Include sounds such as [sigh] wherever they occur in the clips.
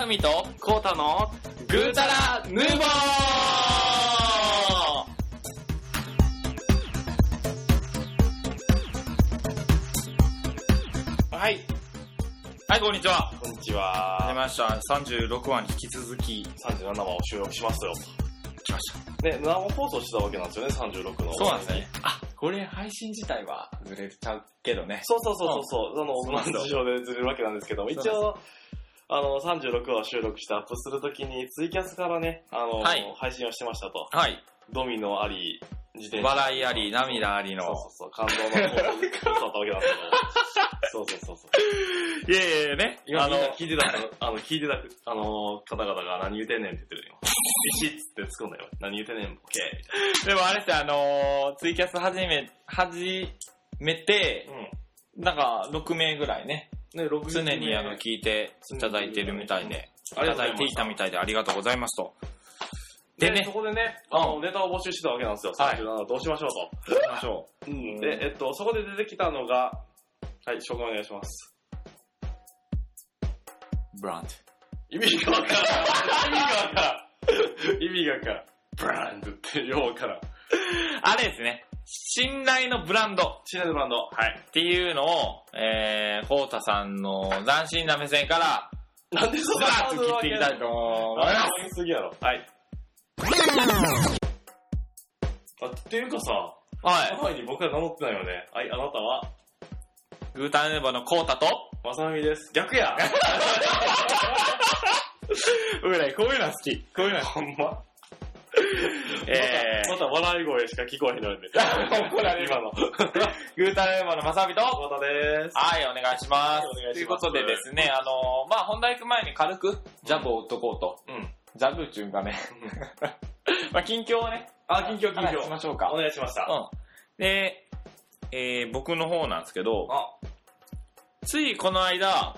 ふみとこうたのぐーたらヌーボーはい。はい、こんにちは。こんにち始めは。ました。36話に引き続き37話を収録しますよ。来ました。ね、生放送してたわけなんですよね、36の。そうなんですね。あ、これ配信自体はずれちゃうけどね。そうそうそうそうそう、そうあなんだの、同じ事情でずれるわけなんですけども、一そう応、あの、36話を収録してアップするときに、ツイキャスからね、あの、はい配信をしてましたと。はい。ドミノあり、自転車。笑いあり、涙ありの。そうそうそう、感動の放送だったわけな [laughs] んですけど。そうそうそうそう。いやいやね。今、ああのの、、聞いてた、あの、聞いてた、あの、方々が何言うてんねんって言ってるよ。石っつって突っ込んだよ。何言うてんねん、ボケーみたでもあれってあのー、ツイキャス始め、始めて、いな。なんか6名ぐらいね、うん。ね、6常にあの、聞いていただいてるみたいで、いあたりがとうだいございまていしたみたいでありがとうございますと。ででねそこでね、あの、ネタを募集してたわけなんですよ。はい37話どうしましょうと。行きましょう。で、えっと、そこで出てきたのが、はい、紹介お願いします。ブラント。意味がわからん。意味がわからん。意味がわからん。ブランドって、ようわからん。あれですね、信頼のブランド。シナのブランド。はい。っていうのを、えー、コウタさんの斬新な目線から、なんでそんガなーッと切っていきたいと思います。あ、すぎやろ。はい。あ、っていうかさ、はい。前に僕は名乗ってないよね。はい、あなたは、グータンヌーボーのコウタと、まさみです。逆や [laughs] うらい、こういうのは好き。こういうのは好ほんまき。 [laughs] えまた笑い声しか聞こえへんのよね。 [laughs] 怒られる今の。ー、グータンヌーボーのまさびと、またです。はい、お願いします。お願いしますということでですね、あのーまあ、本題行く前に軽く、ジャブを打っとこうと。うん。ジャブっちゅうんかね。 [laughs] まあ、近況をね。あ近況近況話しましょうかお。願いしました。うん。で、えー、僕の方なんですけど、あ、ついこの間、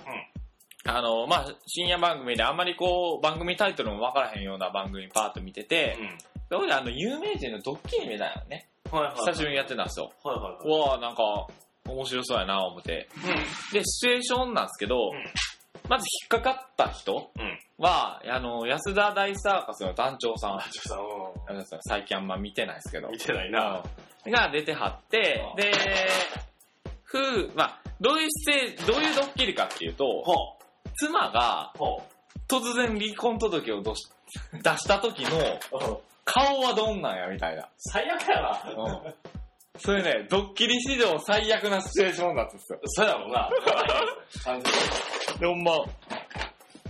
あの、まあ、深夜番組であんまりこう、番組タイトルもわからへんような番組パーッと見てて、うそこであの、有名人のドッキリみたいなのね、ん。はいはい。久しぶりにやってたんですよ。はいはいうはわぁ、なんか、面白そうやな思って。で、シチュエーションなんですけど、まず引っかかった人い。うん。うん。は、あの、安田大サーカスの団長さん、あ、ちょっとさ、あれですよ最近あんま見てないですけどうん。見、てないな。が出てはってあ、で、ふう、まあ、どういうステージ、どういうドッキリかっていうと、ほう。妻が、ほ突然離婚届をどし出した時のう。うん。顔はどんなんやみたい [laughs] な。最悪やな。それね、ドッキリ史上最悪なシチュエーションだったんですよ。そうやろ [laughs] な。感じ。で、ほんま、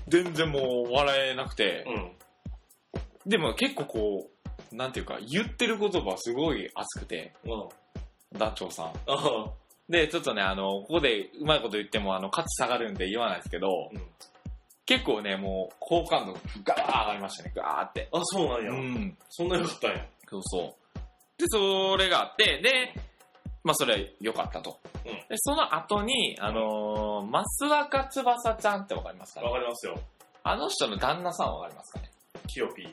全然もう笑えなくて、うん。でも結構こう、なんていうか、言ってる言葉すごい熱くて、うん。団長さん。うん。で、ちょっとね、あの、ここでうまいこと言っても、あの、価値下がるんで言わないですけど、結構ね、もう、好感度ガーッ上がりましたね、ガーって。あ、そうなんや。ん。そんな良かったんや。そうそう。で、それがあって、で、まあ、それは良かったと。うんで、その後に、あのー、増若翼ちゃんってわかりますかねわかりますよ。あの人の旦那さんわかりますかねキヨピー。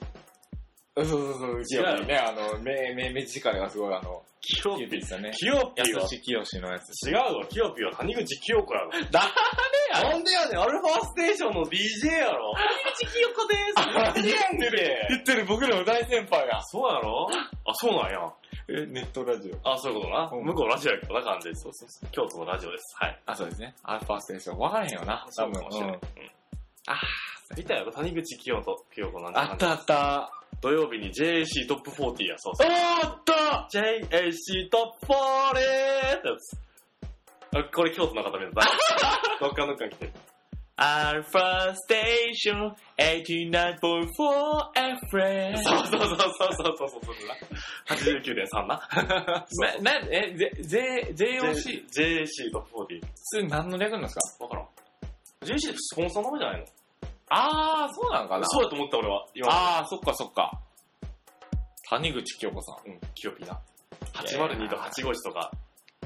そうそうそう、キヨピーね、あの、目、目、目力がすごい、あの、キヨキューピーですよね。キヨピーは安志清のやつ。違うわ、キヨピーは谷口清子や [laughs] ろ。だなんでやねん、アルファステーションの DJ やろ。谷口清子でーす。何やねん [laughs] 言ってる僕らの大先輩が。そうやろ [laughs] あ、そうなんや。え、ネットラジオ。あ、そういうことな。うん向こうラジオやからな感じ。そうそうそう。京都のラジオです。はい。あ、そうですね。アルファステーション。わからへんよな、多そう分。かもしれない。うんあ見たやろ谷口清子、清子なんてあったあった。土曜日に JAC トップ40や、そうそう。おーっと JAC トップ 40! ってやつ。あ、これ京都の方見 [laughs] た。どっかのっかん来 [laughs] てる。アルファステーション89.4 FM そうそうそうそうそうそうそう。89.3な。な、な、え、ぜ、ぜ、JOC? J- JAC トップ40。それ何の略なんですかわからん。JAC ってスポンサーの名前じゃないあー、そうなんかのなそうやと思った俺は。今。あー、そっかそっか。谷口京子さん。うん、キヨピーな。802と851とか。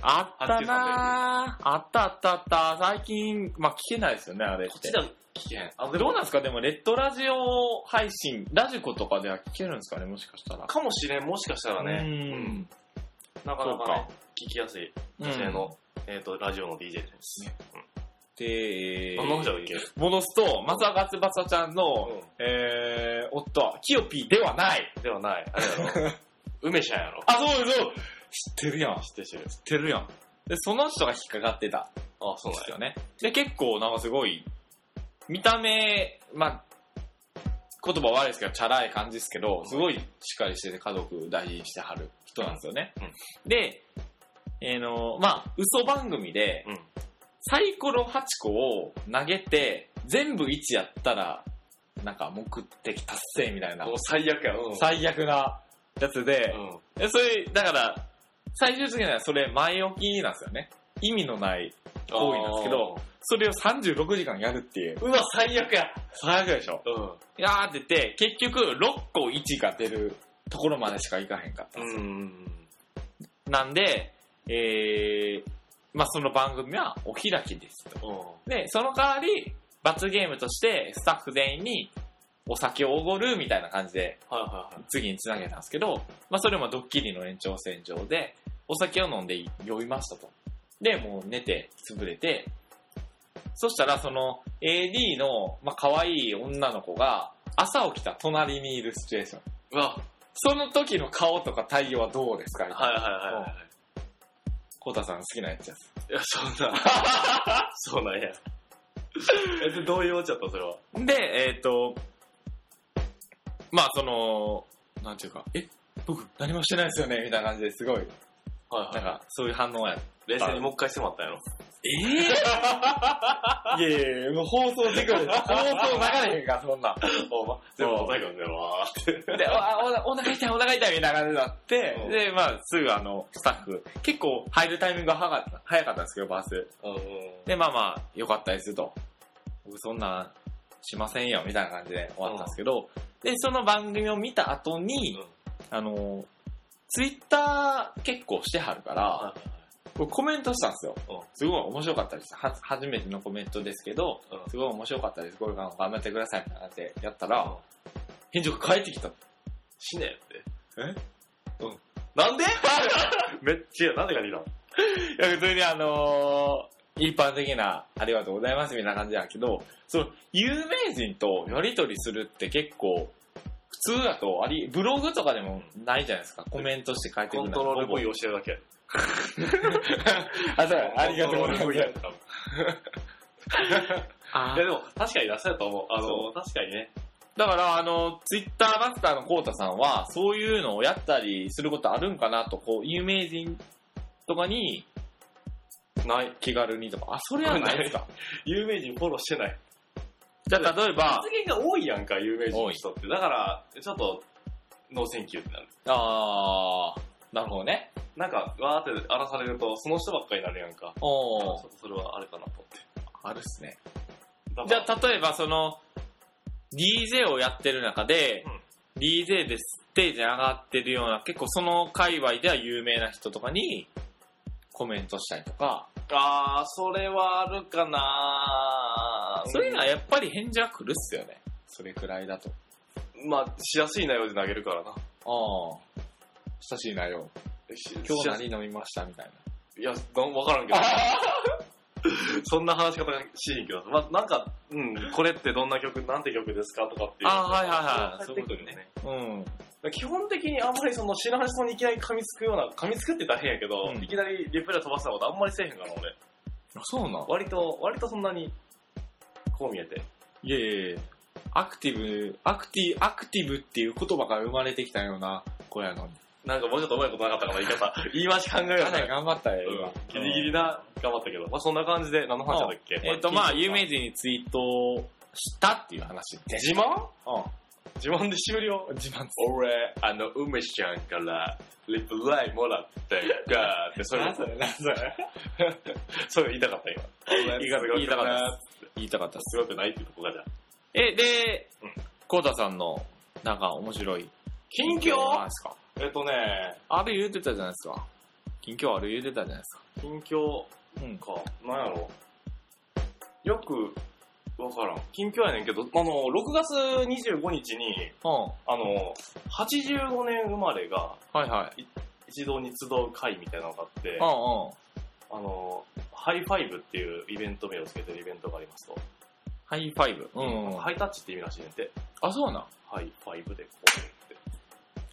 あったなー。あったあったあった。最近、まあ、聞けないですよね、あれっこってち。だ、危険。あ、でどうも、なんですかでも、レッドラジオ配信、ラジコとかでは聞けるんですかねもしかしたら。かもしれん、もしかしたらうね。ん。なかなそうかねか、聞きやすい。う女性んの、えっと、ラジオの DJ です。で、何の話だっけ戻すと、マサガツバサちゃんの、うんえー、おっと、キヨピーではない。ではない。あれや [laughs] ろ。梅ちゃんやろ。あ、そうそう知ってるやん。知っ知ってる知ってる。てるやん。で、その人が引っかかってた。あ、そうでなんすや。よね。で、結構なんかすごい、見た目、まあ、言葉悪いですけど、チャラい感じですけど、すごいしっかりしてて家族大事にしてはる人なんですよね。うんで、えーの、まあ、嘘番組で、うんサイコロ8個を投げて、全部1やったら、なんか目的達成みたいなも、う最悪や。うん。最悪なやつでう、ん。えそれ、だから、最終的にはそれ前置きなんですよね。意味のない行為なんですけど、それを36時間やるっていう。あー。うわ、最悪や。最悪でしょ。うん。いやーって言って、結局6個1が出るところまでしかいかへんかったんですよ。ん。なんで、えー、まあその番組はお開きですと。うで、その代わり、罰ゲームとしてスタッフ全員にお酒をおごるみたいな感じでん。はいはいはい。次につなげたんですけど、まあそれもドッキリの延長線上で、お酒を飲んで酔いましたと。で、もう寝て、潰れて、そしたらその AD の、まあ可愛い女の子が朝起きた隣にいるシチュエーション。うわ、その時の顔とか対応はどうですかはいい。はいはいはい。コウタさん好きなやつです。いや、そんな。 [laughs] そうなんや。え、で、どういうお茶だったそれは。で、えっ、と、まあその、なんていうか、え僕何もしてないですよねみたいな感じですごい、はいなんかそういう反応や冷静にもう一回してもらったんやろ。ええいやいや、もう [laughs] 放送事故です。放送流れへんから、そんなん。おま、全部答え込んでわーって。で、わあおお腹痛い、お腹痛いみたいな感じになってうん、で、まあ、すぐあの、スタッフ、結構入るタイミングが早かった早かったんですけど、バス。うん。で、まあまあ、良かったですと。僕そんなんしませんよ、みたいな感じで終わったんですけど、で、その番組を見た後に、うんあの、ツイッター結構してはるから、は僕コメントしたんですよ。うんすごい面白かったです。は初めてのコメントですけど、うんすごい面白かったです。これからも頑張ってくださいみたいな感じでやったら、返事が返ってきた。死ねって。えうん。な [laughs] んでめっちゃ、なんでかりたいや、普通にあのー一般的なありがとうございますみたいな感じだけど、その、有名人とやりとりするって結構、普通だとあり、ブログとかでもないじゃないですか。コメントして返ってくコるンなんトてロール V をしてるだけや。あ、そうやありがとうございます。 [laughs] 多分あいやでも、確かに出せたと思う。あその、確かにね。だから、あの、ツイッターマスターのコウタさんは、そういうのをやったりすることあるんかなと、こう、有名人とかに、ない、気軽にとか、あ、それはないですか。有名人フォローしてない。 [laughs] じゃあ、例えば発、言が多いやんか、有名人の人って。だから、ちょっと、ノーセンキューってなる。あー、なるほどね。なんか、わーって荒らされると、その人ばっかりになるやんか。ちょおっーと、それはあれかなと思って。あるっすね。だからじゃあ、例えば、その、DJ をやってる中で、うん DJ でステージに上がってるような、結構その界隈では有名な人とかに、コメントしたりとか、あー、それはあるかなそういうのはやっぱり返事は来るっすよね。それくらいだと。まあ、しやすい内容で投げるからな。ああ。親しい内容。し今し日やすい何飲みましたみたいな。いや、なん [laughs] わからんけど。そんな話し方がしへんけど。まあ、なんか、うん、これってどんな曲、なんて曲ですかとかっていう。あはいはいはいそういうことでね。うん。基本的にあんまりその知らん人にいきなり噛みつくような、噛みつくって大変やけど、うんいきなりリプライ飛ばすようなことあんまりせえへんかな、俺。そうなん割と、割とそんなに、こう見えて。いえいえ。アクティブ、アクティ、アクティブっていう言葉から生まれてきたような子やのに。なんかもうちょっとうまいことなかったかな、言い方。言い回し考えようかなり頑張ったよ、今ギリギリな、頑張ったけど。まあそんな感じで、何の話だったっけえっ、と、まあ、有名人にツイートしたっていう話で。自慢う自慢で終了ん。自慢です。俺、あの、梅ちゃんから、リプライもらって [laughs] んかって、それ、何それ何それそれ言いたかった今。言い方が言いたかったっです。言いたかったですすごくないってとこがじゃあ。す。え、でうん、コウタさんの、なんか面白い。近な況んですかえっとね、あれ言うてたじゃないですか。近況あれ言うてたじゃないですか。近況うん。か、なんやろ。よく、わからん。近況やねんけど、あの、6月25日に、うん。あの、85年生まれがはいはい。一堂に集う会みたいなのがあってう、んうん。あの、ハイファイブっていうイベント名をつけてるイベントがありますと。ハイファイブ。うん。ハイタッチって意味らしいねんて。あ、そうなん。ハイファイブでこうやって。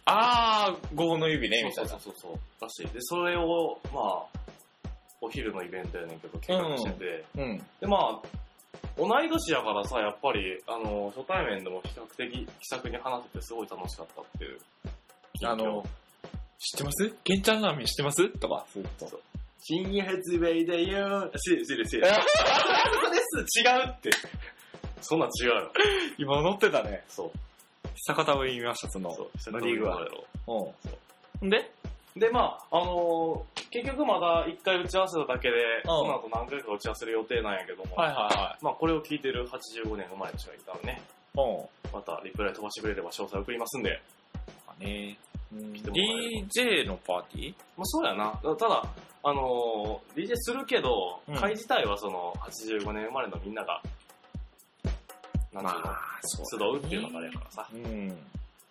あー、5の指ね、みたいな。そうそうそうそう。らしい。で、それを、まあ、お昼のイベントやねんけど、計画してて。うん。で、まあ、同い年やからさ、やっぱり、あの、初対面でも比較的気さくに話せてすごい楽しかったっていう。あの、知ってますケンちゃんラーメン知ってますとか、ずっと。新発売だよー。失礼、失礼、失礼。あそうです、違うって。そんなん違うよ。今乗ってたね。そう。久方ぶりに見ました、その。そう。乗り具合そういうことうん。んでで、まあ、あのー結局まだ一回打ち合わせただけで、んその後何回か打ち合わせる予定なんやけども、はいはまあ、これを聞いてる85年の前の人がいたらね、いはい。うん。またリプライ飛ばしてくれれば詳細送りますんで、まあね、うん、てもらえ DJ のパーティーまあ、そうやな。ただ、あのー、DJ するけどうん、会自体はその、85年生まれのみんなが、なんていうの、そ集うっていう流れやからさ。う。うん。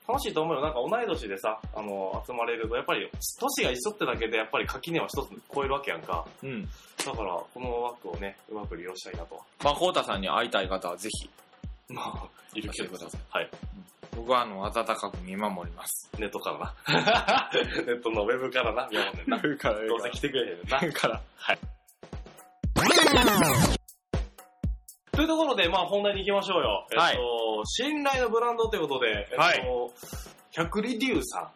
楽しいと思うよ。なんか同い年でさ、あのー、集まれると、やっぱり、年が一緒ってだけで、やっぱり垣根は一つ超えるわけやんか。うん。だから、この枠をね、うまく利用したいなと。まあ、コウタさんに会いたい方はぜひ、まあ、いるけど教えてくださいはい。僕はあの、温かく見守り [laughs] ます。ネットからな。 [laughs] ネットのウェブからな、見守 [laughs] んねんな。るから、どうせ来てくれへんねんな。 [laughs] から。というところで、まあ本題に行きましょうよ。はいえっと、信頼のブランドということで、はいえっと、100リデューさん。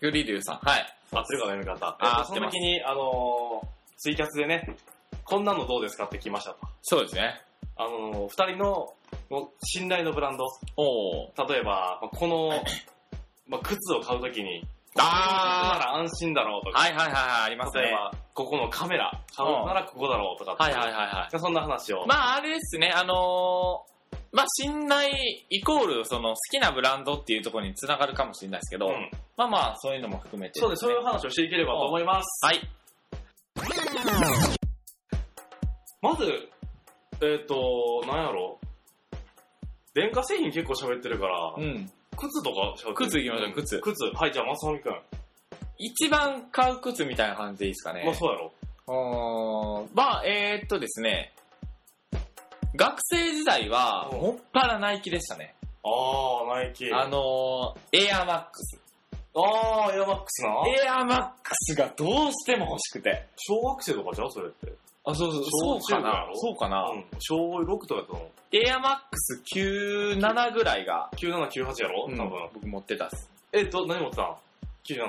グリリュウさん。はい。合ってるかな、読み方。あえっと合っそてまのす時に、あのー、ツイキャスでね、こんなのどうですかって来ましたと。そうですね。あのー、二人の、もう信頼のブランド。おー。例えば、まあこ [laughs] の、まあ、靴を買うときに、あここなら安心だろうとーか、はいはいはいはい、ありますね。例えば、ここのカメラ買うならここだろうとかってはいはいはいはそんな話を。い。まあ、あれですね、あのーまあ、信頼イコール、その、好きなブランドっていうところに繋がるかもしれないですけど、うんまあまあ、そういうのも含めて、そうです、そういう話をしていければと思います。はい。まず、えっ、と、なんやろ電化製品結構喋ってるから、うん。靴とか喋ってる靴行きましょう靴靴。はい、じゃあ、まさみくん。一番買う靴みたいな感じでいいですかね。まあ、そうやろ。うーんまあ、えー、っとですね、学生時代は、うんもっぱらナイキでしたね。あー、ナイキ。あのー、エアマックス。あー、エアマックスな。エアマックスがどうしても欲しくて。小学生とかじゃんそれって。あ、そうそうそそううか中学やなろ。そうかな、うん。小6とかやと思う。エアマックス97ぐらいが、 97、98やろ多うん分。僕持ってたっす。えっと、何持ってたん ?97?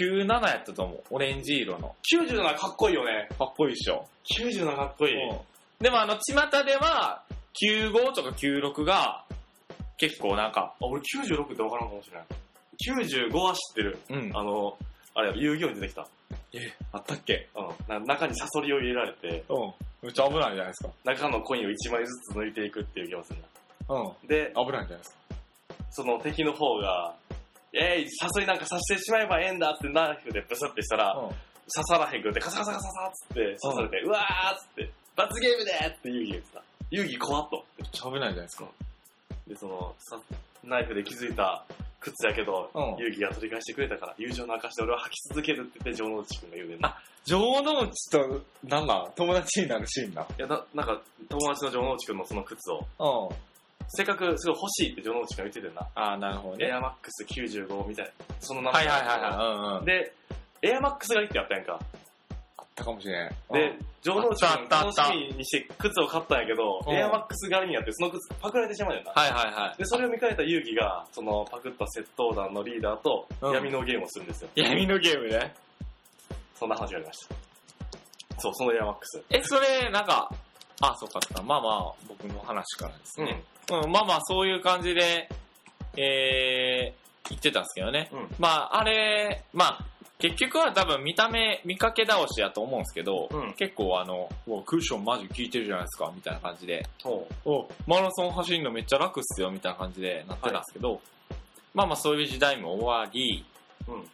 97やったと思う。オレンジ色の。 97かっこいいよね。かっこいいっしょ。 97かっこいい。うんでもあの、巷では、95とか96が、結構なんか、あ、俺96ってわからんかもしれない。95は知ってる。うんあの、あれやろ、遊戯王に出てきた。あったっけうん。な中にサソリを入れられて、うん。めっちゃ危ないじゃないですか。中のコインを1枚ずつ抜いていくっていうゲームするな。うん。で、危ないじゃないですか。その敵の方が、えい、サソリなんか刺してしまえばええんだってナイフでブスってしたら、うん。刺さらへんくってカサカサカサカサっつって刺されて、うわーっつって、罰ゲームでーって遊戯言ってた。遊戯怖っと。めっちゃ危ないじゃないですか。で、その、さナイフで気づいた靴やけど、うん遊戯が取り返してくれたから、友情の証で俺は吐き続けるって言って、城之内くんが言うねんな。女王のうちと、なんなん友達になるシーンだ。いや、な、なんか、友達の城之内くんのその靴を、うん。せっかくすごい欲しいって城之内くんが言っててんな。ああ、なるほどエね。アマックス95みたいな。その名は前いはいはいはい。うんうん。で、エアマックスがいいってやったやんか。あったかもしれん。で、城之内くんあったあ楽ったあったしみにして靴を買ったんやけど、うんエアマックス狩りにやって、その靴パクられてしまうよな。はいはいはで、それを見かねた勇気が、そのパクった窃盗団のリーダーとうん闇のゲームをするんですよ。い。闇のゲームね。そんな話がありました。そう、そのエアマックス。え、それ、なんか、あ、そうかそうか。まあまあ、僕の話からですね。うん、まあまあ、そういう感じで、えー、言ってたんですけどね。うんまあ、あれ、まあ、結局は多分見た目、見かけ倒しやと思うんですけど、うん結構あの、うわクッションマジ効いてるじゃないですか、みたいな感じで、ほおマラソン走るのめっちゃ楽っすよ、みたいな感じでなってたんですけど、まあまあそういう時代も終わり、う。うん。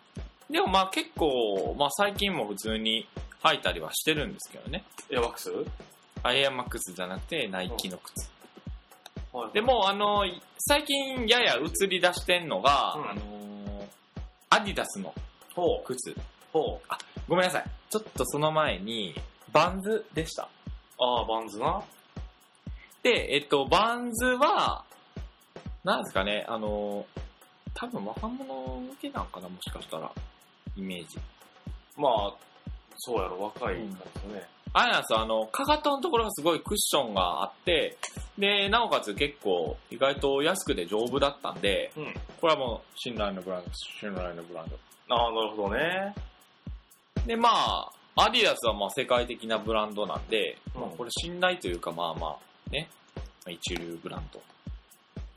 でもまあ結構、まあ最近も普通に履いたりはしてるんですけどね。エアマックスアイアンマックスじゃなくてナイキの靴。はいで、も、あの、最近やや映り出してんのが、うんあの、アディダスのほう。靴。ほう。ごめんなさい。ちょっとその前に、バンズでした。ああ、バンズな。で、えっと、バンズは、なんですかね、あの、多分若者向けなんかな、もしかしたら。イメージ。まあ、そうやろ、若い感じだね。あれなんですよ、あの、かかとのところがすごいクッションがあって、で、なおかつ結構、意外と安くて丈夫だったんで、うんこれはもう、信頼のブランドです、信頼のブランド。ああ、なるほどね。で、まあ、アディダスはまあ世界的なブランドなんで、うんまあこれ信頼というか、まあまあ、ね、まあ一流ブランド、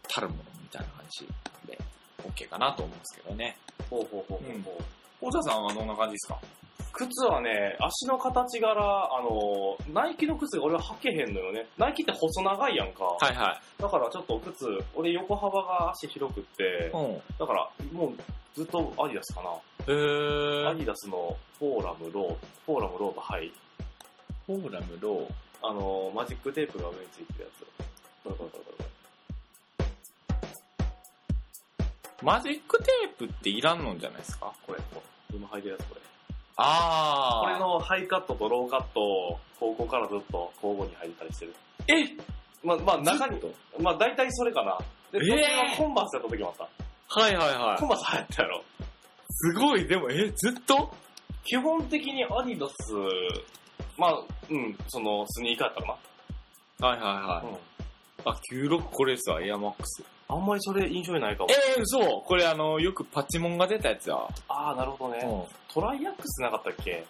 たるものみたいな感じなんで、OK かなと思うんですけどね。ほうほうほうほうほう。大田さんはどんな感じですか靴はね、足の形柄、あの、ナイキの靴が俺は履けへんのよね。ナイキって細長いやんか。はいはい。だからちょっと靴、俺横幅が足広くって、うん。だからもうずっとアディダスかな。えー、アディダスのフォーラムロー、フォーラムローとハイ。フォーラムロあの、マジックテープが上についてるやつ。これこれこれこれ。ー、マジックテープっていらんのんじゃないですかこれ、これ。今履いてるやつこれ。あこれのハイカットとローカットを高校からずっと交互に履いてたりしてる。えまあ、まあ中に、と。まあ大体それかな。で、えー途中はコンバースやった時もあった。はいはいはコンバース流行ったやろ。い。すごい、でも、え、ずっと基本的にアディダス、まあ、うん、その、スニーカーやったかはいはいはな。うん。い。あ、96これですわ、エアマックス。あんまりそれ印象にないかも。えー、嘘これあの、よくパチモンが出たやつだ。ああ、なるほどね、トライアックスなかったっけ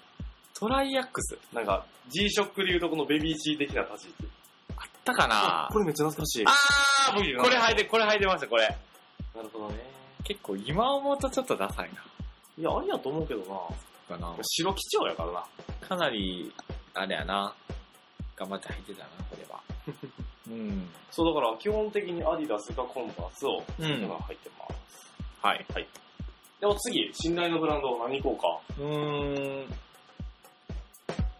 トライアックス。なんか、G-SHOCK でいうとこのベビー G 的な立ち位置。あったかなこれめっちゃ懐かしい。あーこれ履いて、これ履いてました、これ。なるほどね。結構今思うとちょっとダサいな。いや、ありやと思うけどかな。な白基調やからな。かなり、あれやな。頑張って履いてたな、こ [laughs] れは。うん。そう、だから基本的にアディダスかコンバースを、う今ん。入ってます。はい。でも次、信頼のブランド何行こううか。ーん。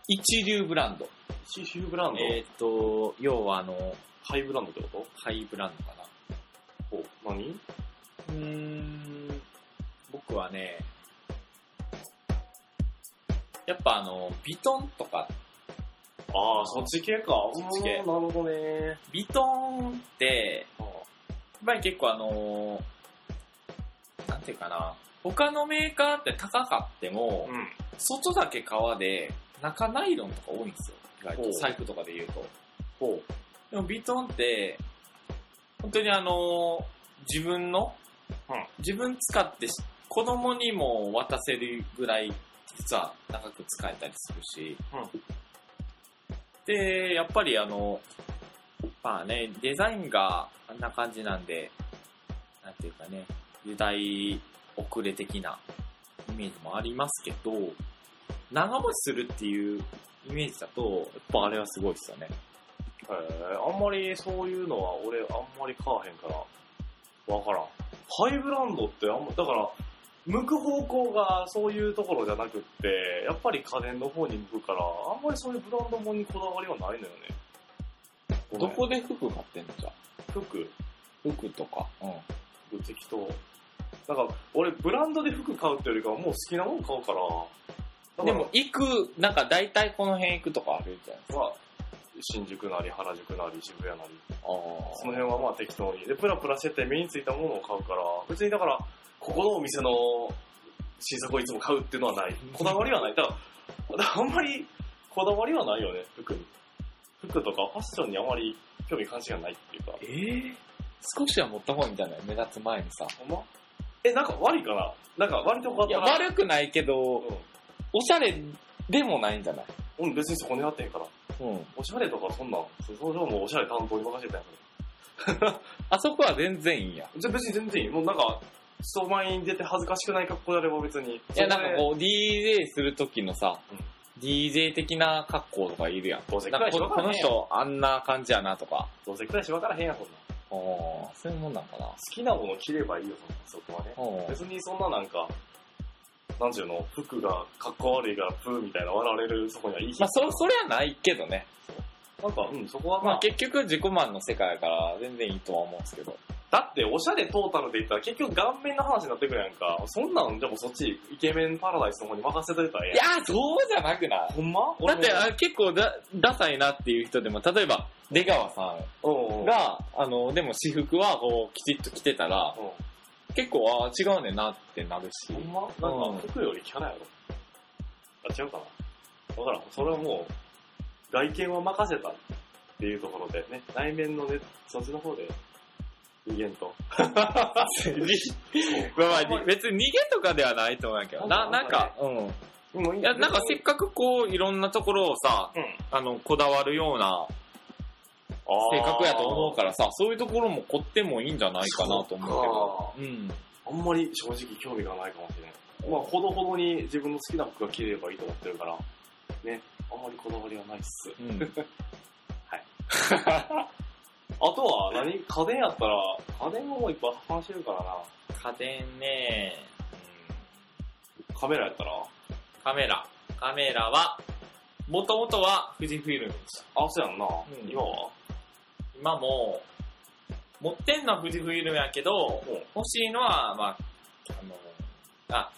一流ブランド。シューブランド、えっ、と、要はあの、ハイブランドってこハイブランドかな。とお何うーん、僕はね、やっぱあの、ビトンとか、ああ、そっち系か。そっち系うんなるほどね。ビトンって、あやっぱり結構あの、なんていうかな、他のメーカーって高かってーも、うん。外だけ革で、中ナイロンとか多いんですよ。意外ほとう財布とかで言うと。ほでもビトンって、本当にあの、自分の、うん自分使ってし子供にも渡せるぐらい、実は長く使えたりするし、うで、やっぱりあの、まあね、デザインがあんな感じなんで、なんていうかね、時代遅れ的なイメージもありますけど、長持ちするっていうイメージだと、やっぱあれはすごいですよね。う。へえ、あんまりそういうのは俺あんまり買わへんから、わからん。ハイブランドってあんま、だから、向く方向がそういうところじゃなくって、やっぱり家電の方に向くから、あんまりそういうブランドもんにこだわりはないのよね。どこで服買ってんのじゃあ服服とか。うん。適当。なんか、俺、ブランドで服買うってよりかは、もう好きなもん買うから。だからでも、行く、なんか大体この辺行くとかあるじゃないですか。まあ、新宿なり、原宿なり、渋谷なり、ああその辺はまあ適当に。で、プラプラしてて目についたものを買うから、別にだから、ここのお店の新作をいつも買うっていうのはない。こだわりはない。だから、だからあんまりこだわりはないよね、服に。服とかファッションにあまり興味関心がないっていうか。えー少しは持った方がいいんじゃない目立つ前にさ。ほんまえ、なんか悪いかななんか割とこいや、悪くないけど、おしゃれでもないんじゃないうん、うん、別にそこ狙ってへんから。うん。おしゃれとかそんなん、そその上もおしゃれ担当に任せてたんやあそこは全然いいんや。けど。じゃ別に全然いい。もうなんか、人前に出て恥ずかしくない格好であれば別に。いや、なんかこう、DJ する時のさ、うん DJ 的な格好とかいるやん。どうせなんかこ暗い人のだこからのね人、あんな感じやなとか。どうせくらいし分からへんやん、そんなん。ああ、そういうもんなんかな。好きなもの着ればいいよ、そこはね。うん別にそんななんか、なんちゅうの、服が格好悪いからプーみたいな笑われるそこにはいいし。まあ、そ、それはないけどね。なんか、うん、そこはままああ、結局自己満の世界やから全然いいとは思うんですけど。だって、おしゃれトータルで言ったら結局顔面の話になってくるやんか。そんなん、でもそっち、イケメンパラダイスの方に任せといたらええいやー、そうじゃなくないやん。ほんまだって、俺もあ結構だ、ダサいなっていう人でも、例えば、出川さうんうんん。が、あの、でも私服はこう、きちっと着てたら、う結構、ああ、違うねんなってなるし [laughs] ん。ほ。んまなんか、服よりキャラやろ。あ、違うかな。わからん。それはもう、外見は任せたっていうところでね、内面のね、そっちの方で、人間 [laughs] と。まあまあに別に逃げとかではないと思うんやけど。な、なんか、うん。もういいいや、なんかせっかくこう、いろんなところをさ、うんあの、こだわるような性格やと思うからさ、そういうところも凝ってもいいんじゃないかなと思うけど。うん。あんまり正直興味がないかもしれない。まあ、ほどほどに自分の好きな服が着れればいいと思ってるから、ね、あんまりこだわりはないっす。うん。あとは何、家電やったら、家電ももういっぱい話してるからな。家電ね、カメラやったら、カメラ。カメラは、もともとは富士フィルムでした。あ、そうやんな。うん今は今も、持ってんのは富士フィルムやけど、もう、欲しいのは、まあ、あの、あ、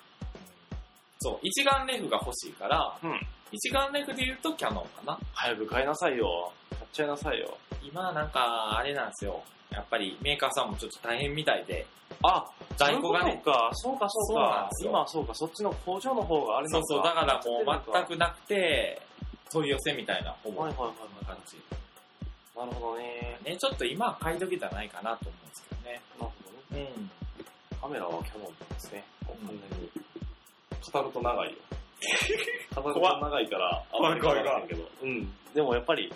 うんそう、一眼レフが欲しいから、うん一眼レフで言うとキャノンかな。早く買いなさいよ。買っちゃいなさいよ。今なんか、あれなんですよ。やっぱりメーカーさんもちょっと大変みたいで、あ、在庫がね。そうか、そうか、そうそうなんで。かすよ今はそうか、そっちの工場の方があれなそのうかそう、だからもう全く。くなくて、問い寄せみたいな、ほぼ。はいはいはいこんな感じ。はい。なるほどね。ね、ちょっと今は買い時じゃないかなと思うんですけどね。なるほどね。うん。カメラはキャノンですね。もう完全に。語ると長 [laughs] いよ。語ると長いから、あんまり語らないけど。うん。でもやっぱり、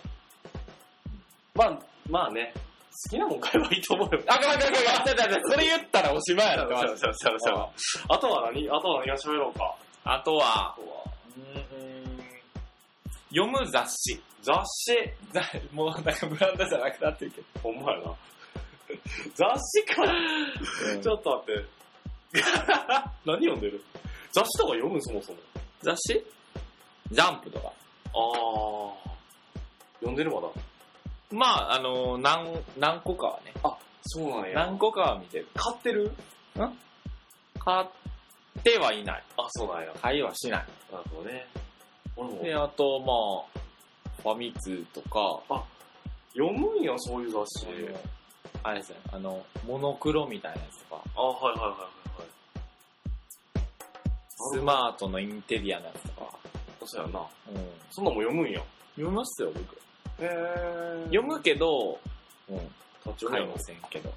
まあ、まあね、好きなもん買えばいいと思 [laughs] うよ。あかんあかんあかんあかんあかんあかんそれ言ったらおしまいやってます。そうそうそうあとは何あとは何が喋ろうか。あとあは、とは、読む雑誌。雑誌。ざ [laughs] もうなんかブランドじゃなくなってるけど。ほんまやな。 [laughs] 雑誌か。ちょっと待って。 [laughs] 何読んでる雑誌とか読むそもそも。雑誌ジャンプとか。ああ。読んでるまだ。まあ、あの何、何個かはね。そうなんや。何個かは見てる。買ってる買ってはいない。あ、そうなんや。買いはしない。なるほどね。俺もで、あと、まあ、ファミ通とか、読むんや、そういう雑誌。あれですね、あの、モノクロみたいなやつとか、あ、はいはいはいはい。スマートのインテリアのやつとか、そうやな。うん。そんなんも読むんや。へ読みますよ、僕。え。読むけど、うん、立ち買い読むませんけど。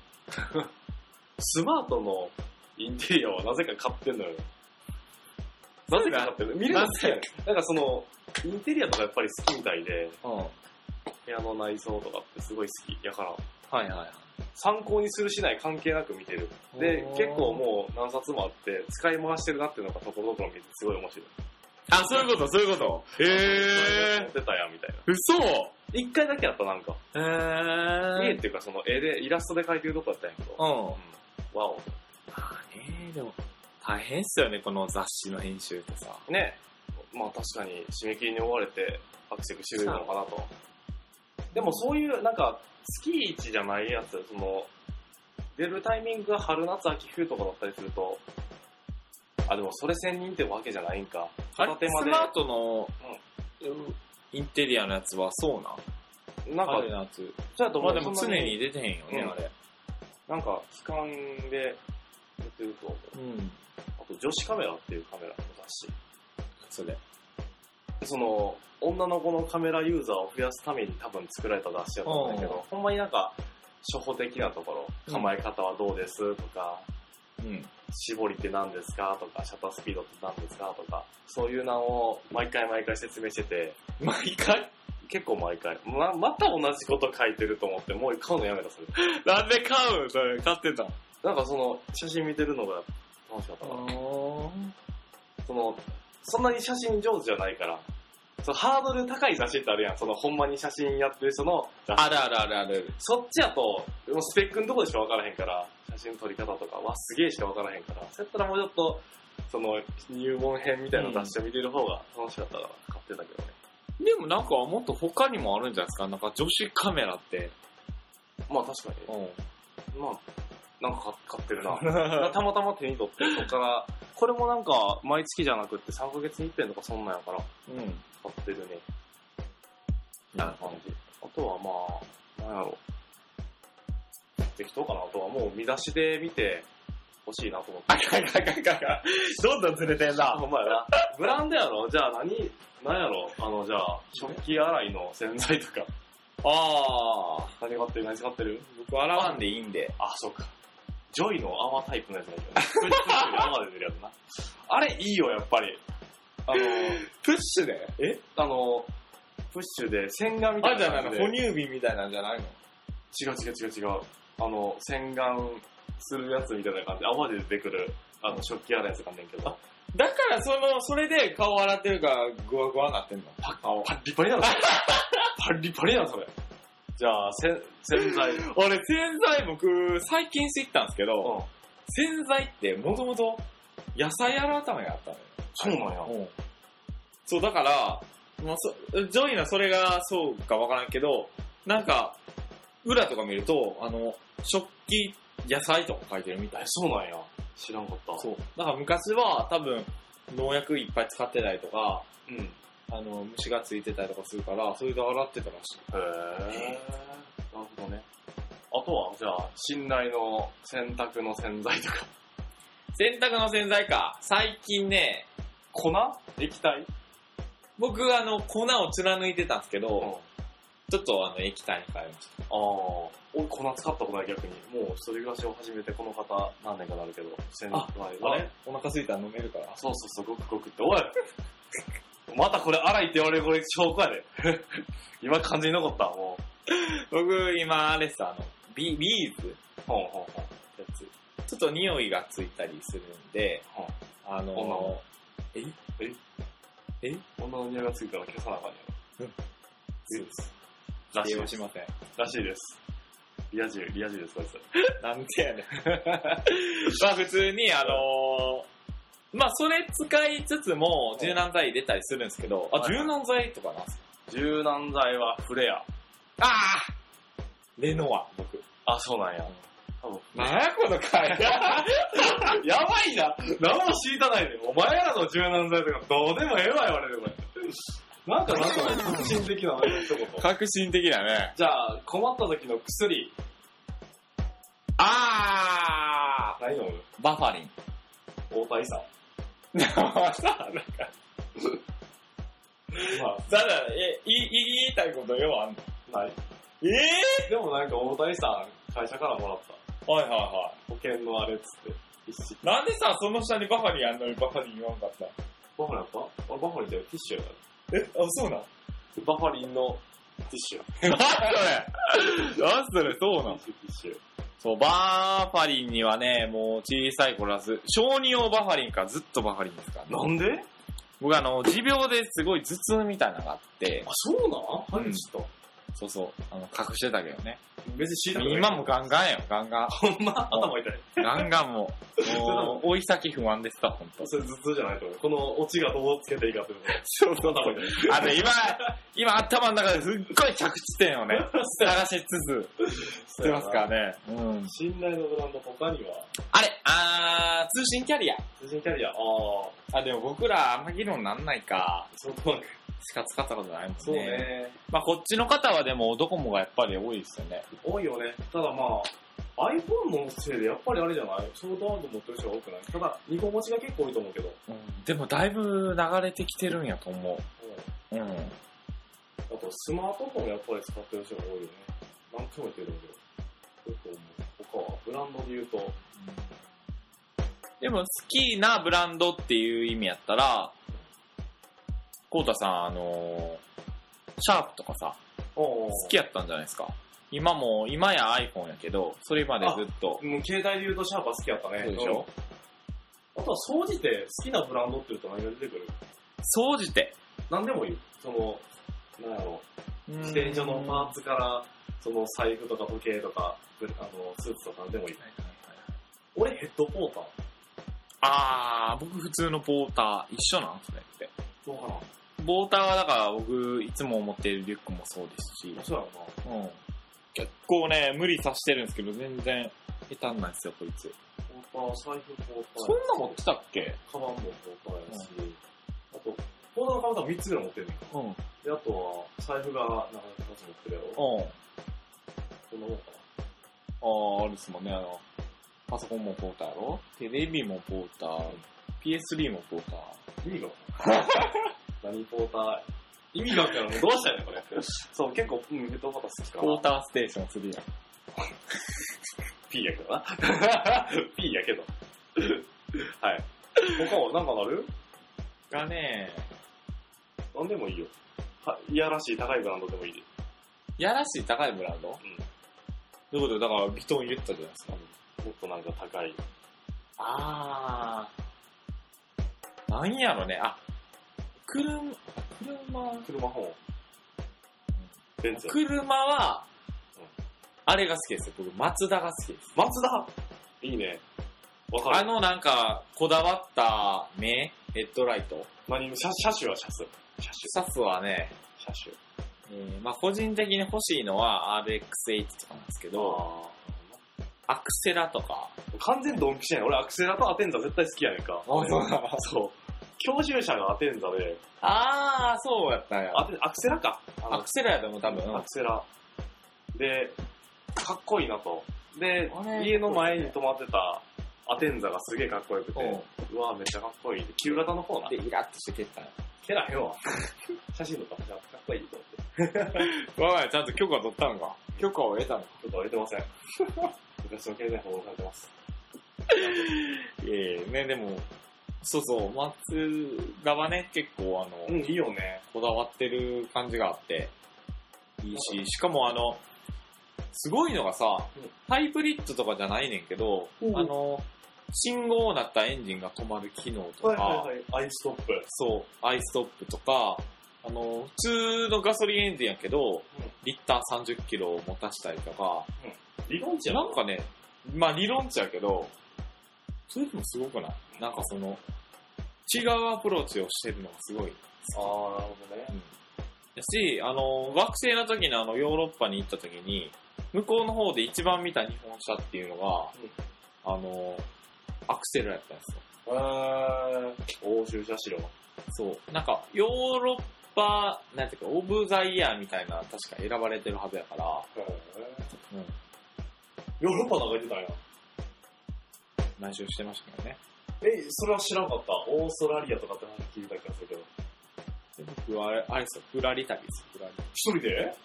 スマートのインテリアはなぜか買ってんのよ。なぜか買ってる見るの好きやねん。なんかその、インテリアとかやっぱり好きみたいで、うん。はい部屋の内装とかってすごい好き。やから、はいはい。参考にするしない関係なく見てる。で、結構もう何冊もあって、使い回してるなっていうのがところどころ見てすごい面白い。あ、そういうこと、そういうこと。持えっ。てたやんみたいな。嘘一回だけやったなんか。え家ーっ。ていうかその絵で、イラストで描いてるとこやったんやけど。うん。うん。わまあね、でも、大変っすよね、この雑誌の編集ってさ。お。ね。まあ確かに締め切りに追われてアクセクしてるのかなと。でもそういうなんか月一じゃないやつ、その、出るタイミングが春夏秋冬とかだったりすると、あ、でもそれ専任ってわけじゃないんか。あれ片手間スでマートの、インテリアのやつはそうなんなんあかれ、のやつ。そうやと思まうあでもそ常んなに出てへんよね、うんあれ。なんか、期間でやってると思う。うん。あと、女子カメラっていうカメラの雑誌。それ。その、女の子のカメラユーザーを増やすために多分作られた雑誌やと思うんだけど、ほんまになんか、初歩的なところ、うん構え方はどうですとか、うん。絞りって何ですかとか、シャッタースピードって何ですかとか、そういうのを毎回毎回説明してて、毎回結構毎回、ま、また同じこと書いてると思って、もう買うのやめた、それ。なんで買うんそれ、買ってたのなんかその、写真見てるのが楽しかったな。その、そんなに写真上手じゃないから、そのハードル高い雑誌ってあるやん。その、ほんまに写真やってる人の雑誌。あるあるあるある。そっちやと、もうスペックのとこでしか分からへんから、写真の撮り方とかはすげえしか分からへんから、そうやったらもうちょっと、その、入門編みたいな雑誌を見てる方が楽しかったから買ってたけどね。でもなんかもっと他にもあるんじゃないですかなんか女子カメラって。まあ確かに。うん。まあ、なんか買ってる [laughs] な。たまたま手に取って、そっから、これもなんか、毎月じゃなくって3ヶ月に一遍とかそんなんやから、うん。買ってるね。なる感じ。あとはまあ、なんやろ適当かな。あとはもう見出しで見て欲しいなと思って。かんかんかんかんかんどんどんずれてんな。ほんまやな。ブランドやろじゃあ何、何やろあの、じゃあ、食器洗いの洗剤とか。ああ。何買ってる何買ってる僕、洗わんでいいんで。あ、そうか。ジョイの泡タイプのやつだけ [laughs] ど、ね。プッシュで泡出てるやつな。あれいいよ、やっぱり。あの、プッシュでえあの、プッシュで洗顔みたあ、いじなゃあなん感かじ哺で。乳瓶みたいなんじゃないの違う違う違う違う。あの、洗顔するやつみたいな感じで、泡で出てくる、あの、食器洗いやつがあんねんけど。だから、その、それで顔洗ってるから、グワグワなってんの。パパリパリなの [laughs] パリパリなのそれ。じゃあ、せん洗剤。うん。俺、洗剤僕、最近知ったんですけど、洗剤ってもともと野菜洗うためにあったのよ。そうなんや。うんそう、だから、まあ、そジョイのそれがそうかわからんけど、なんか、裏とか見ると、あの、食器、野菜とか書いてるみたいえ、。そうなんや。知らんかった。そう。だから昔は多分、農薬いっぱい使ってたりとか、うん。へあの、虫がついてたりとかするから、それで洗ってたらしい。え。なるほどね。あとは、じゃあ、信頼の洗濯の洗剤とか。洗濯の洗剤か。最近ね、 [laughs] 粉液体僕あの、粉を貫いてたんですけど、うん。あちょっとあの、液体に変えましあ。俺粉使ったことない逆に。もう一人暮らしを始めてこの方何年かなるけど、洗剤た。は。お腹すいたら飲めるから。そうそうそう、ごくごくって。おいまたこれ荒いって言われるこれ証拠やで。 [laughs] 今感じに残った、もう。僕今、あれさ、あの、ビビーズほんほんほん。やつ。ちょっと匂いがついたりするんで、はあの女もー、えええ女の匂いがついたら消さなあかんよ。そうです。らしい利用でしす。ません。らしいです。リア充、リア充です、こいつ。なんでやねん。 [laughs] まあ普通に、あのー、まあそれ使いつつも柔軟剤入れたりするんですけど、あ、はい柔軟剤とかなんすか柔軟剤はフレア。あーレノア、僕。あ、そうなんや。多分。なんやこの回。やばいな何も知りたないで。お前らの柔軟剤とかどうでもええわ、言われる、これ。なんか、なんか、革新的なのよ、一言。 [laughs] 革新的だね。じゃあ、困った時の薬、あ何飲むーバファリ [laughs] ン。大谷さん。まただ、え、い、い、言いたいことよ、あんの。あ、ない。え [laughs] でもなんか大谷さん、会社からもらった。ー、はいはいはい。保険のあれっつって。一式。なんでさ、その下にバファリンあんのにバファリン言わんかったバファリンやった俺バファリンだよ、ティッシュやかえ、あ、そうなんら。バファリンのティッシュや。なんそれなんそれ、そうなんティッシュ、ティッシュ。そう、バファリンにはね、もう小さい頃はず、小児用バファリンかずっとバファリンですから、なんで僕あの、持病ですごい頭痛みたいなのがあってあ、、そうなんうんちょっと。そうそう、あの、隠してたけどね。別に知りたくない。 [laughs] 今もガンガンよ、ガンガン。ほんま頭痛い。ガンガンもう、もう、追い先不安ですか、ほんと。それ頭痛じゃないと思う。このオチがどうつけていいかってこと。そうそうそうあの、今、今頭の中ですっごい着地点をね、探しつつ、知してますからね。うん。信頼のブランド他には、あれあー、通信キャリア。通信キャリア、ああ、あ、でも僕らあんま議論なんないか。ソフトバンク。しか使ったことないもんね。そう。ね。まあこっちの方はでもドコモがやっぱり多いですよね。多いよね。ただまあ、iPhone のせいでやっぱりあれじゃないソフトバンク持ってる人が多くないただ、2個持ちが結構多いと思うけど。でもだいぶ流れてきてるんやと思うんう。うん。あと、スマートフォンやっぱり使ってる人が多いよね。何回も言ってるんだけど。よく思う。他は、ブランドで言うと、でも好きなブランドっていう意味やったら、コウタさん、あのーシャープとかさ、好好きやったんじゃないですか。今も、今や iPhone やけど、それまでずっと。もう携帯で言うとシャーパー好きやったね。そうでしょうんあとは、総じて好きなブランドって言うと何が出てくる総じて。何でもいい。その、なんやろ自自転車のパーツから、その財布とか時計とか、ぶあの、スーツとか何でもいい。俺ヘッドポーター。あー、僕普通のポーター、一緒なんそれって。どうかなポーターはだから僕、いつも持っているリュックもそうですし、そうやろうん。結構ね、無理さしてるんですけど、全然下手なんですよ、こいつ。交代、財布交代。そんな持ってたっけカバンも交代やし、あと、このカバン多分3つぐらい持ってんねんか。うん。うん。で、あとは、財布がなんか2つ持ってるやろ。こんなもんかああ、あれですもんね、あの、パソコンもポーターやろテレビもポーター、PS3 もポーター。な。意味がわ [laughs] からん何ポーター意味がわからん。もうどうしたんやねん、これ。そう、結構、うん、ヘッドバタ好きかポーら。ターステーションするやん。 P やけどな。P [laughs] やけど。はい。他は何かなるがね、何でもいいよ。はいやらしい高いブランドでもいいで。やらしい高いブランドうん。ということで、だから、ビトン言ったじゃないですか。もっとなんか高い。ああ。なんやろね、あ、車、車、車本。ベンツ。車はうん、あれが好きですよ。僕、マツダが好きです。松田いいね。わかある。の、なんか、こだわった目、ヘッドライト。何車車種は車種。車シャツはね、種。車種。えーまあ個人的に欲しいのは RX8 とかなんですけど、あアクセラとか。あ。完全ドンピシャやん。俺アクセラとアテンザ絶対好きやねんか。そう。教習車がアテンザで、あー、そうやったんや。アテンアクセラか。あのアクセラやでも多分、アクセラ。で、かっこいいなと。であ、れ家の前に止まってたアテンザがすげえかっこよくうんて、うわめっちゃかっこいい。旧型の方な。で、イラッとして蹴ったんや。けらへんわ。 [laughs] 写真とかかっこいいと思って。わがちゃんと許可取ったのか。許可を得たのか。ちょっと入れてま [laughs] せん。昔の経済法をされてます。いえいえ、ね、でも、そうそう、松田はね、結構あの、うん、いいよね。こだわってる感じがあって、いいし、しかもあの、すごいのがさうん、ハイブリッドとかじゃないねんけど、うんあの、信号なったエンジンが止まる機能とか、いはい。アイストップ。そう、アイストップとか、あの、普通のガソリンエンジンやけど、うんリッター30キロを持たしたりとか、理論値やなんかね、まあ理論値やけど、それでもすごくないなんかその、違うアプローチをしてるのがすごいあー、なるほどね。うんだし、あの、学生の時のあの、ヨーロッパに行った時に、向こうの方で一番見た日本車っていうのが、あの、アクセルやったんですよ。えー、欧州車資料。そう。なんか、ヨーロッパ、なんていうか、オブザイヤーみたいな、確か選ばれてるはずやから、へーうん。ヨーロッパなんか行ってたんや。内緒してましたけどね。え、それは知らんかった。オーストラリアとかって話聞いた気がするけど。で僕はあれ、あれですよ、フラリタリです、フラ一人で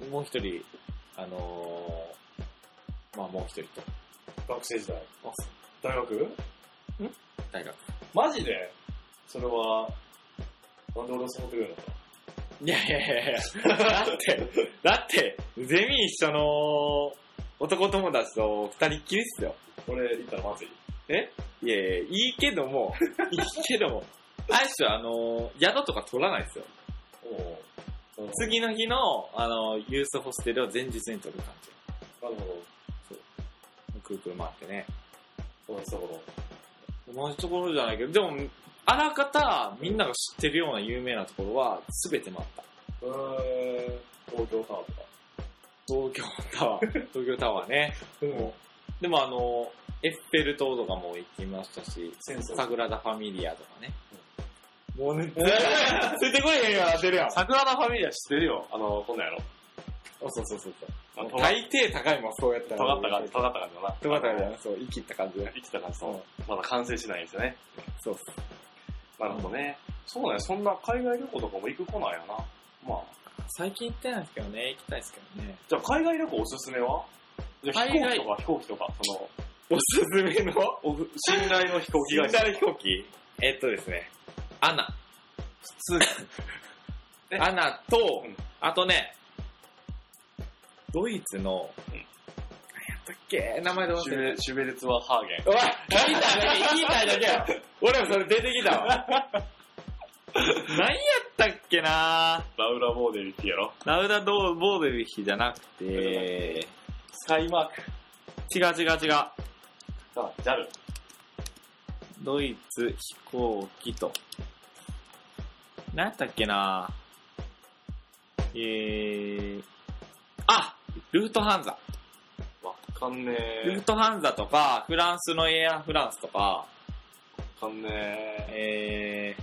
リ。もう一人、あのーまあもう一人と、学生時代。あ大学大学。マジでそれは、なんで俺を誘ってくれるのか。いやいやいやいや。 [laughs] だって、だって、ゼミ一緒の男友達と二人っきりっすよ。俺行ったらまずい。いやいや、いいけど [laughs] も、いいけども、あれっすよ、あの、宿とか取らないっすよ。おお。次の日の、あの、ユースホステルを前日に取る感じ。なるほど。くるくる回ってね。同じところ。同じところじゃないけど、でも、あらかたみんなが知ってるような有名なところは全て回った。えー、東京タワーとか。東京タワー、東京タワーね。うもうでもあの、エッフェル塔とかも行きましたし、戦争サグラダ・ファミリアとかね。もうね、 [laughs] ついてこいへんようになってるやん。あ、桜田ファミリア知ってるよ。あの、こんなんやろ。そうそうそうあそう。尖っ大抵高いもん、そうやったら。尖った感じ、尖った感じだな。尖った感じ。そう、生きった感じだ生きた感じそう。う。まだ完成しないんですよね。そうっす。なるほどね。そうね、そんな海外旅行とかも行く子なんやな。まあ。最近行ってないんですけどね、行きたいですけどね。じゃあ海外旅行おすすめはじゃあ飛海行外機とか飛行機とか、その、おすすめのおふ信頼の飛行機近会社。代飛行機えっとですね、アナ。 [laughs] 普え通。アナと、うんあとね、ドイツの、うん何やったっけ名前でシ忘ュれベた。シュベルツはハーゲおン。い、聞いただけ、聞いただけや。 [laughs] 俺もそれ出てきたわ。 [laughs] 何やったっけなラウラボーデルってやろ。ラウダ・ドー・ボーデルヒじゃなくて、違うスカイマーク。違う違う。あ、JAL。ドイツ飛行機と。何やったっけなえー、あルートハンザ。わかかんねルえフ。トハンザとか、フランスのエアフランスとか、わかんねええ。ー、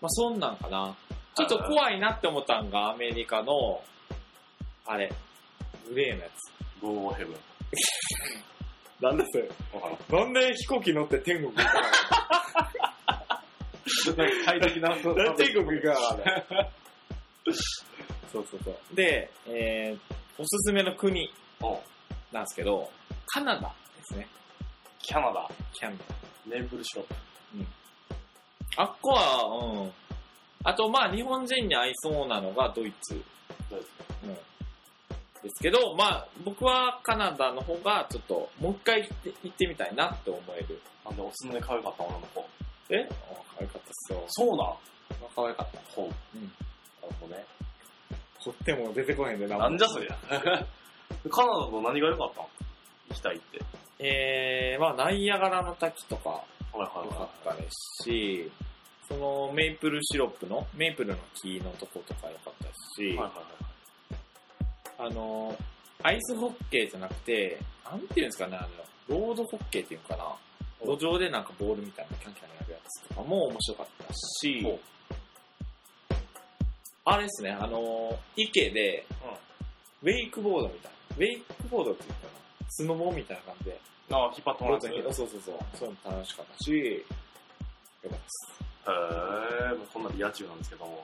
まあそんなんかな。ちょっと怖いなって思ったんが、アメリカの、あれ、グレーのやつ。ゴーゴーヘブン。なんだそれ。わからん。なんで飛行機乗って天国行かないなん [laughs] か快適な。 [laughs] なんで天国行かなかったのそうそうそう。で、えー、おすすめの国うんなんですけど、カナダですね。キャナダ。キャンダ。メープルシロップ。あっこは、うん。あと、まあ、日本人に合いそうなのがドイツ。ドイツうん。ですけど、まあ、僕はカナダの方が、ちょっと、もう一回行って行ってみたいなって思える。なんで、おすすめ可愛かった女の子。え可愛かったっすよ。そうなん可愛かった。ほう。うんなるほどね。掘っても出てこへんでななんじゃそりゃ。 [laughs] カナダの何が良かったん行きたいって。えー、まあ、ナイアガラの滝とか、はいはい良はかったですし、そのメイプルシロップの、メイプルの木のとことか良かったですい。し、はいはいあの、アイスホッケーじゃなくて、なんていうんですかね、あの、ロードホッケーっていうのかな、うん路上でなんかボールみたいなキャンキャンやるやつとかも面白かったはしい、。あれですね、あの、池で、ウェイクボードみたいな、ウェイクボードっていうのかな、スノボみたいな感じで、なあ、引っ張ってもらって。へそうそうそう、そういうの楽しかったし、よかったです。え、もうこんなで野中なんですけども。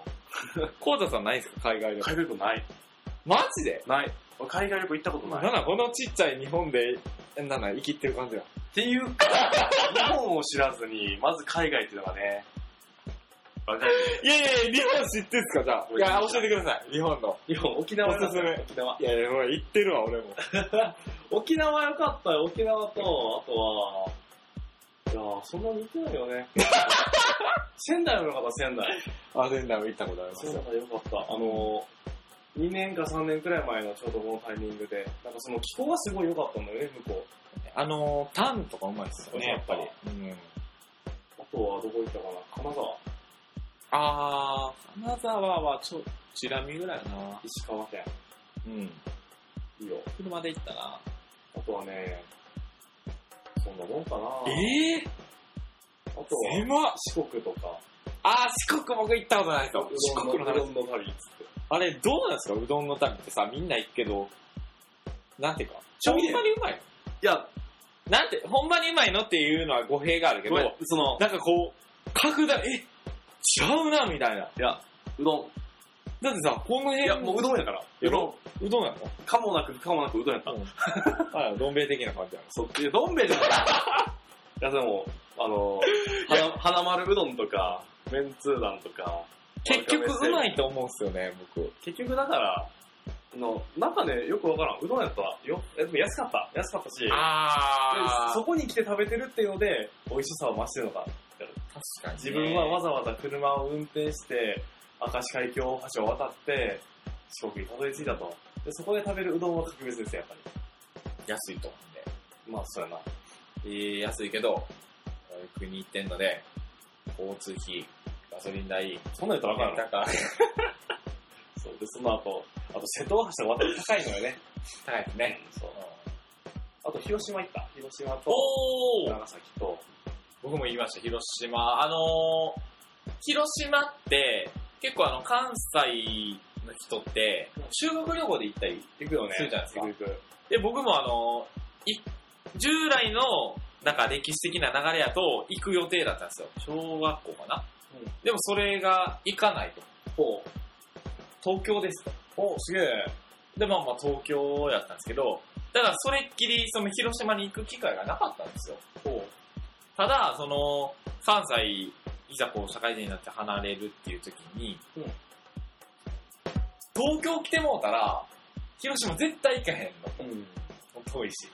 コウタさんないですか海外旅行。海外旅行ない。マジでない。俺海外旅行行ったことない。なんだこのちっちゃい日本で、なんだ生きってる感じだ。っていうか、日本を知らずに、まず海外っていうのがね、わかるいやいやいや、日本知ってんすかじゃあ。いや、教えてください。日本の。日本、沖縄おすすめ沖縄。いやいや、ほら、行ってるわ、俺も。沖縄良かったよ、沖縄と、あとは、いやーそんな似てないよ [laughs] ね。仙台も良かった、仙台。アデンダム行ったことあります仙よ。台良かった。あのー、2年か3年くらい前のちょうどこのタイミングで、なんかその気候がすごい良かったんだよね、向こう。あのー、タンとかうまいっすよね、そうやっぱり。うん。あとはどこ行ったかな、金沢、あー、金沢はちょ、ちらみぐらいかな。石川県、うん。いいよ。車で行ったな。あとはね、そんなもんかな。えぇ、あとは、狭っ四国とか、あー、四国僕行ったことないですよ。四国のう話ど。んの旅っつって。あれ、どうなんですかうどんの旅ってさ、みんな行くけど、なんていうか、ほんまにうまいいや、のなんて、ほんまにうまいのっていうのは語弊があるけど、なその、んかこう、格段、え、違うな、みたいな。いや、うどん。だってさ、この辺、いや、もううどんやから。うどうどんうどんなのん。かもなく、かもなくうどんやった。 [laughs] あ、どん兵衛的な感じなの。そっち、どん兵衛じ [laughs] ゃない。いや、でも、あの、花花丸うどんとか、めんつうだんとか。結局うまい。いと思うんすよね、僕。結局だから、あの、なんかね、よくわからん。うどんやったわ。よ、えでも安かった。安かったし、であそこに来て食べてるっていうので、美味しさを増してるのか。確かに、自分はわざわざ車を運転して、明石海峡大橋を渡って、四国にたどり着いたと。で、そこで食べるうどんは格別ですよ、やっぱ安いと思うんで。り。まあ、そうやな。えー、安いけど、国行ってんので、交通費、ガソリン代、そんなんやったらあかんやろ。高いそう。で、その後、あと瀬戸大橋の渡り高いのよね。高いですね。そう。あと、広島行った。広島と、おー長崎と、僕も言いました、広島。あのー、広島って、結構あの、関西の人って、修学旅行で行ったり、行くよね。そうじゃないですか行く行く。で、僕もあのー、い従来の、なんか歴史的な流れやと、行く予定だったんですよ。小学校かな。うんでもそれが行かないと。ほう。東京ですと。おすげえ。で、まあまあ東京やったんですけど、だからそれっきり、その広島に行く機会がなかったんですよ。ほただ、その、関西、いざこう社会人になって離れるっていう時に、うん東京来てもうたら、広島絶対行かへんの。う。うん。遠いし。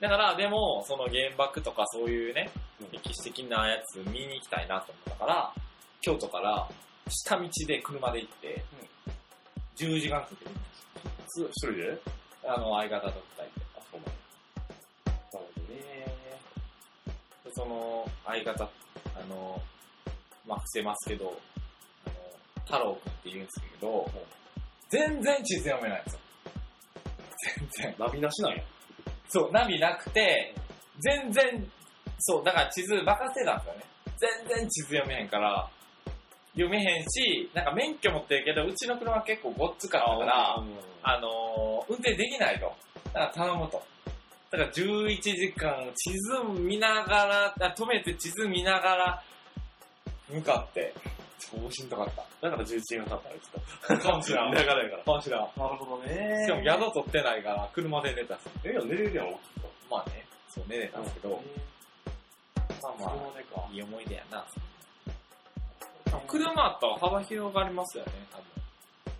だから、でも、その原爆とかそういうね、うん歴史的なやつ見に行きたいなと思ったから、京都から下道で車で行って、10時間かけて行ったんですよ一人であの、相方と二人で。あ、そうなんだ。なるほどね。でその相方、あの、まあ、伏せますけど、あの、太郎くんって言うんですけど、全然地図読めないんですよ。全然。ナビなしなんや。そう、ナビなくて、全然、そう、だから地図任せなんだよね。全然地図読めへんから、読めへんし、なんか免許持ってるけど、うちの車結構ごっつかったから、うんあのー運転できないと。だから頼むと。だから11時間地図見ながら、あ止めて地図見ながら、向かって、ちょっとしんどか [laughs] った。だから11時間経ったんですか。かもしれんだからやから。かもしれん。なるほどねしかも宿取ってないから、車で寝たんですよ。え、いや、寝れるやん、まあね、そう寝れたんですけど、まあま車でかあ、。いい思い出やな。車あったら幅広がりますよね、多分。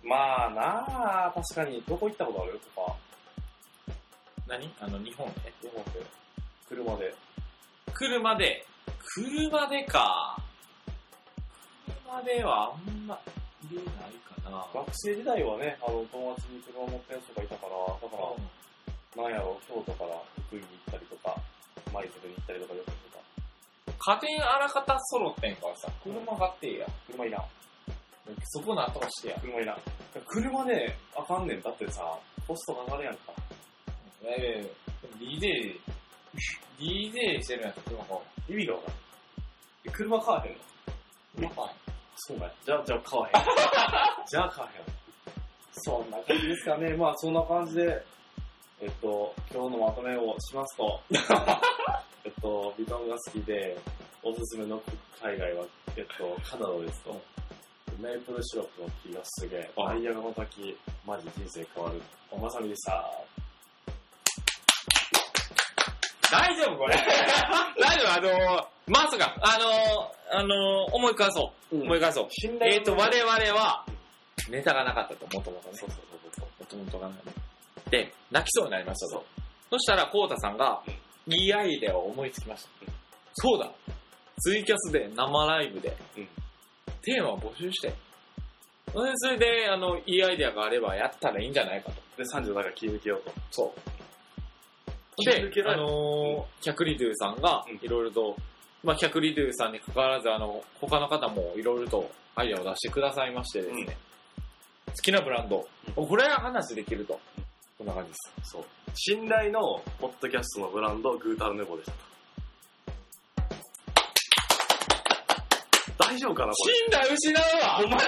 まあなあ、確かに。どこ行ったことあるとか、何あの、日本ね。日本で。車で。車で、車でか。車ではあんま、入れないかな。学生時代はね、あの、友達に車持ったやつとかいたから、だかうんら、なんやろ、京都から福井に行ったりとか、舞鶴に行ったりとか、よく行ったり家電あらかた揃ってんからさ、車買ってえや。とか。車いらん。そこなんとかしてや。車いらん。車ね、あかんねん。だってさ、コストかかるやんか。いやいやいや、でも DJ、DJ してるやん、車買おう。意味がわかんないえ。車買わへんの車買そうだよ。じゃあ、じゃあ買 [laughs] わへん。じゃあ買わへん。そんな感じですかね。まあ、そんな感じで、えっと、今日のまとめをします [laughs] と、えっと、ビトンが好きで、おすすめの海外は、えっと、カナダですと。メープルシロップの木がすげえ、あアイアガの滝、マジ人生変わる。おまさみでした。大丈夫これ [laughs] 大丈夫あのー、まさか、あのー、あのー、思い返そう。思い返そう。信え頼っ、と、我々は、ネタがなかったと、もともとねそ。うそうそうそう。もともとがなかった。で、泣きそうになりましたと。そしたら、こうたさんが、いいアイデアを思いつきました。そうだツイキャスで、生ライブで、うんテーマを募集して、それでそれで、あの、いいアイデアがあればやったらいいんじゃないかと。で、37が切り抜けようと。そう。気でづけ、ないあのー百里ドゥさんがうん、いろいろと、まあ、百里ドゥさんに関わらず、あの、他の方もいろいろとアイデアを出してくださいましてですね、うん好きなブランド、うこれは話できるとう。こんな感じです。そう。信頼のポッドキャストのブランド、グータルヌボでしたと。大丈夫かなこれ。信頼失うわお前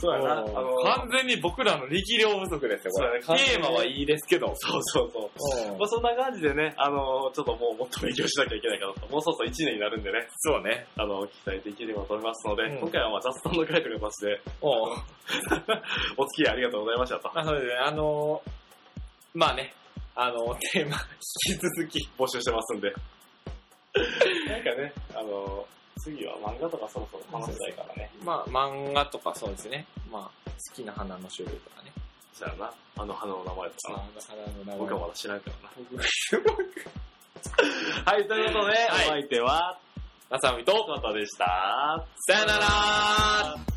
そうやな。あの、完全に僕らの力量不足ですよ、これ。そうだねテーマはいいですけど。そうそうそう。まあ、そんな感じでね、あのちょっともうもっと勉強しなきゃいけないかなと。もうそろそろ1年になるんでね、そうね。あの、期待できればと思いますので、うん今回はまあ雑談の回という形で、おうお付き合いありがとうございましたと。まあ、そうですね、あのーまあね、あのーテーマ、引き続き、募集してますんで。 [laughs] なんかね、あの次は漫画とかそろそろ話したいからね。まあ、漫画とかそうですね。まあ、好きな花の種類とかね。そうやな。あの花の名前とかな。花の名前僕はまだ知らんからな。 [laughs] 僕はい、ということで、はいお相手は、あさみと、トカタでした。さよなら